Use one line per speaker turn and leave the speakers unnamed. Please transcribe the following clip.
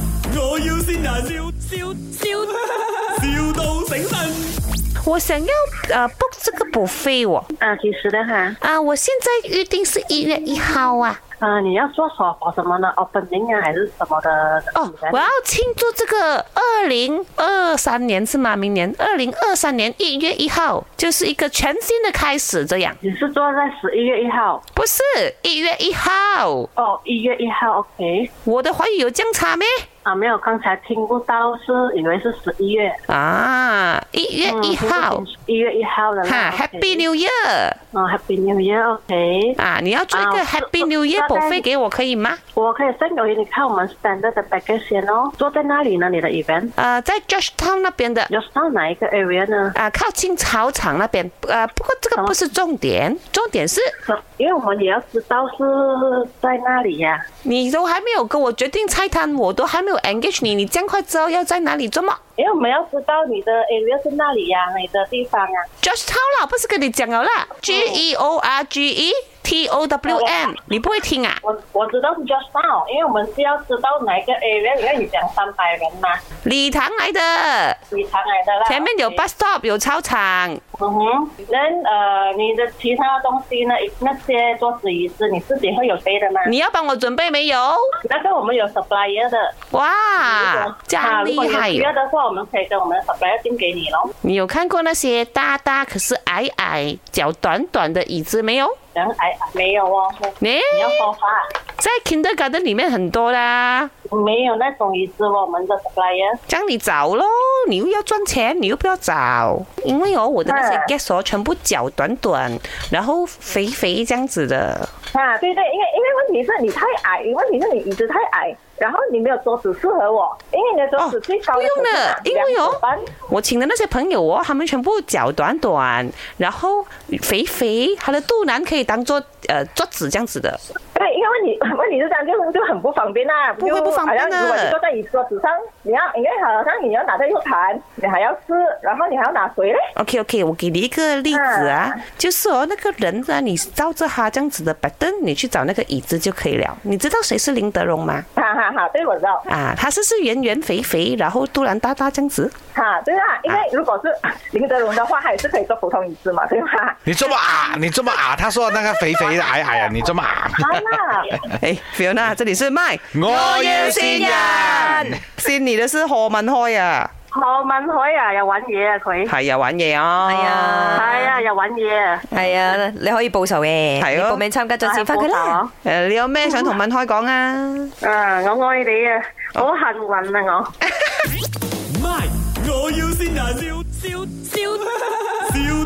要先人，笑笑笑，,笑到醒神。
我想要呃 book 这个 buffet 哦，
啊，几时的哈？
啊、我现在预定是一月一号啊。
啊，你要做什么什么的 opening 啊，还是什么的？
哦，我要庆祝这个二零二三年是吗？明年二零二三年一月一号就是一个全新的开始，这样
你是做在十一月一号？
不是一月一号？
哦，一月一号，OK。
我的华语有这样差咩？
啊，没有，刚才听不到，是以为是十一月。嗯
啊，一月一号，
一月一号的
哈
啦。
，Happy New Year
哦，Happy New Year，OK。
啊！你要做一个
啊
Happy New Year
我我
buffet 给我可以吗？
我可以分给你看我们 standard 的 package 先哦。坐在哪里呢？你的 event
呃，在 Georgetown 那边的。
要到哪一个 area 呢？
啊，靠近草场那边，呃，不过这个不是重点，重点是
因为我们也要知道是在哪里呀、
你都还没有跟我决定菜单，我都还没有 engage 你，你这样快知道要在哪里做吗
因为我们要知道你的 area 是哪里呀、你的地方啊。
？Georgetown 啦，不是跟你讲了啦，G E O R G E T O W N，你不会听啊？
我我知道是 just now，因为我们是要知道哪一个 area，因为你讲三百人嘛，
礼堂来的，
你常来的啦。
前面有
OK
bus stop，有操场，
嗯哼，那呃，你的其他的东西呢？那些桌子椅子你自己会有背的吗？
你要帮我准备没有？
那个我们有 supplier 的，
哇
如果，
啊这样
如
厉
果你有
害哦
需
哟、
要的话，我们可以跟我们的 supplier 订给你咯。
你有看过那些大大可是矮矮、脚短短的椅子没有？
然后哎，没有哦，
你、
你要说话，
在 kindergarten 里面很多啦，
没有那种椅子哦，我们的 supplier。
这样你找咯，你又要赚钱，你又不要找，因为哦，我的那些
嗯
guest 哦，全部脚短短，然后肥肥这样子的，
啊，对对，因为因为问题是你太矮，问题是你椅子太矮，然后你没有桌子适合我，因为你的桌子最高
不
的
用
只是
了
两，
因为
两
哦
手半，
我请的那些朋友哦，他们全部脚短短，然后肥肥，他的肚腩可以当做呃桌子这样子的，
对，因为问题 问题是这样，就就很不方便啦、
不会
就
不方便
好像如果
的
你坐在椅桌子上，你要因为好像你要拿着一个盘，你还要吃，然后你还要拿水嘞。
OK OK，我给你一个例子啊，就是哦，那个人呢，你照着他这样子的 button，你去找那个椅子就可以了。你知道谁是林德荣吗？
哈哈哈，对，我知道，
啊，他是不是圆圆肥肥，然后肚腩大大这样子？
哈，对啊，因为如果是 林德荣的话，他也是可以坐普通椅子嘛，对吧？
你这么啊？你这么啊？他说那个肥肥的矮矮啊，你这么啊？
啊那。
哎，Fiona，这里是麦，
我要先人，
先你的是何文开啊，
何文海啊，又玩嘢啊佢，系
系啊玩嘢啊，
係啊
啊，又玩嘢啊，
系啊，你可以報仇嘅，
係
你
咯
報名參加咗先翻佢啦。
诶，呃你有咩想同文开讲啊？
啊，我爱你啊，好幸运啊我。
咪，我要先人，笑笑笑，,笑